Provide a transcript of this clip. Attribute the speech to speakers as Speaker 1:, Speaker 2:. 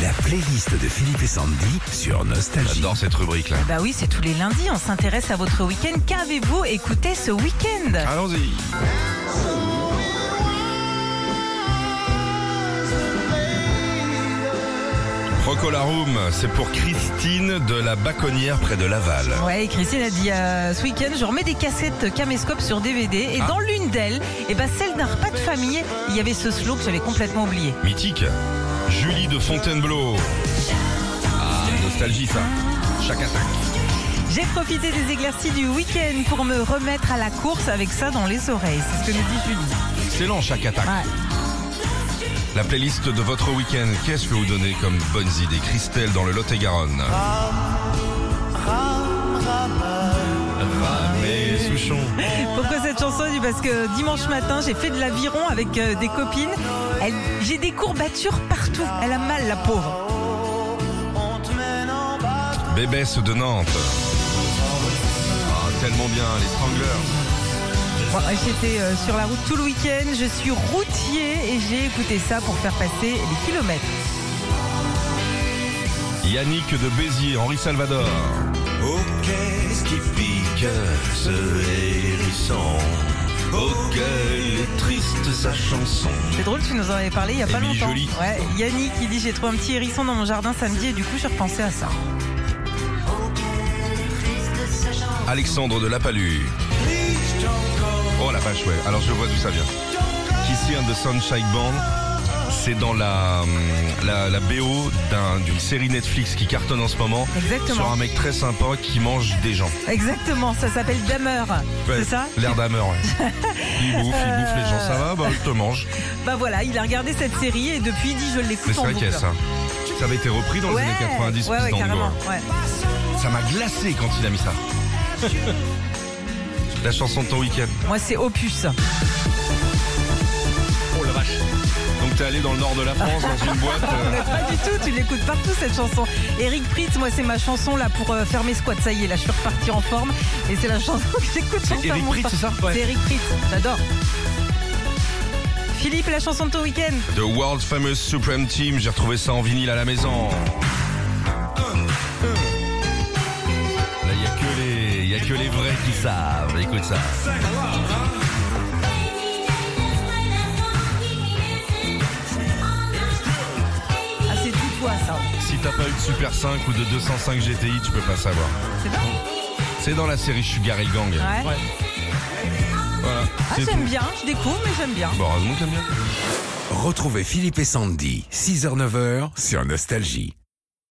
Speaker 1: La playlist de Philippe et Sandy sur Nostalgie.
Speaker 2: J'adore cette rubrique là.
Speaker 3: Bah oui, c'est tous les lundis, on s'intéresse à votre week-end. Qu'avez-vous écouté ce week-end
Speaker 2: Allons-y. Procolarum, c'est pour Christine de la Baconnière près de Laval.
Speaker 3: Ouais, Christine a dit euh, ce week-end, je remets des cassettes caméscope sur DVD et
Speaker 2: Ah.
Speaker 3: dans l'une d'elles, et ben celle d'un repas de famille, il y avait ce slow que j'avais complètement oublié.
Speaker 2: Mythique. Julie de Fontainebleau. Ah, nostalgie ça. Chaque attaque.
Speaker 3: J'ai profité des éclaircies du week-end pour me remettre à la course avec ça dans les oreilles. C'est ce que nous dit Julie.
Speaker 2: Excellent, chaque attaque.
Speaker 3: Ouais.
Speaker 2: La playlist de votre week-end, qu'est-ce que vous donnez comme bonnes idées Christelle dans le Lot-et-Garonne. Ramé Souchon.
Speaker 3: Pourquoi cette chanson Elle dit Parce que dimanche matin, j'ai fait de l'aviron avec euh, des copines. Elle- J'ai des courbatures partout. Elle a mal, la pauvre.
Speaker 2: Bébès de Nantes. Ah, tellement bien, les Stranglers.
Speaker 3: Bon, J'étais euh, sur la route tout le week-end, je suis routier et j'ai écouté ça pour faire passer les kilomètres.
Speaker 2: Yannick de Béziers, Henri Salvador.
Speaker 1: Oh, qu'est-ce qui pique ce hérisson Oh, quelle est triste sa chanson
Speaker 3: C'est drôle, tu nous en avais parlé il y a pas
Speaker 2: Émilie
Speaker 3: longtemps.
Speaker 2: Joly.
Speaker 3: Ouais, Yannick il dit j'ai trouvé un petit hérisson dans mon jardin samedi et du coup je repensais à ça.
Speaker 2: Alexandre de Lapalue. Oh la vache, ouais. Alors je vois d'où ça vient. Kissy and the Sunshine Band. C'est dans la, hum, la, la BO d'un- d'une série Netflix qui cartonne en ce moment.
Speaker 3: Exactement.
Speaker 2: Sur un mec très sympa qui mange des gens.
Speaker 3: Exactement, ça s'appelle Damer.
Speaker 2: Ouais,
Speaker 3: C'est ça Euh,
Speaker 2: L'air d'Hammer, ouais. Il bouffe, il bouffe les gens. Ça va Bah, je te mange.
Speaker 3: Bah voilà, il a regardé cette série et depuis il dit je
Speaker 2: Mais
Speaker 3: l'écoute
Speaker 2: c'est
Speaker 3: en
Speaker 2: vrai
Speaker 3: boucle.
Speaker 2: qu'il y a ça. Ça avait été repris dans les
Speaker 3: Ouais,
Speaker 2: années 90
Speaker 3: ouais, ouais,
Speaker 2: Piss Dango.
Speaker 3: carrément. ouais.
Speaker 2: Ça m'a glacé quand il a mis ça. la chanson de ton week-end.
Speaker 3: Moi c'est Opus.
Speaker 2: Oh la vache. Donc t'es allé dans le nord de la France dans une boîte. euh,
Speaker 3: Mais pas du tout, tu l'écoutes partout cette chanson. Eric Pritz, moi c'est ma chanson là pour euh, faire mes squats. Ça y est, là je suis repartie en forme et c'est la chanson que j'écoute pour faire
Speaker 2: Eric
Speaker 3: mon
Speaker 2: Pritz,
Speaker 3: sport.
Speaker 2: c'est ça Ouais.
Speaker 3: C'est Eric Pritz, j'adore. Philippe, la chanson de ton week-end
Speaker 2: The World Famous Supreme Team, j'ai retrouvé ça en vinyle à la maison. Là, il y a que les, il y a que les vrais qui savent. Écoute ça.
Speaker 3: Ah, c'est du toi ça.
Speaker 2: Si t'as pas eu de Super 5 ou de 205 GTI, tu peux pas savoir.
Speaker 3: C'est pas
Speaker 2: C'est dans la série Sugar Hill Gang.
Speaker 3: Ouais.
Speaker 2: Voilà.
Speaker 3: Ah,
Speaker 2: C'est
Speaker 3: j'aime
Speaker 2: tout.
Speaker 3: bien, je découvre, mais j'aime bien.
Speaker 2: Bon, heureusement que t'aimes bien.
Speaker 1: Retrouvez Philippe et Sandy, 6h-9h sur Nostalgie.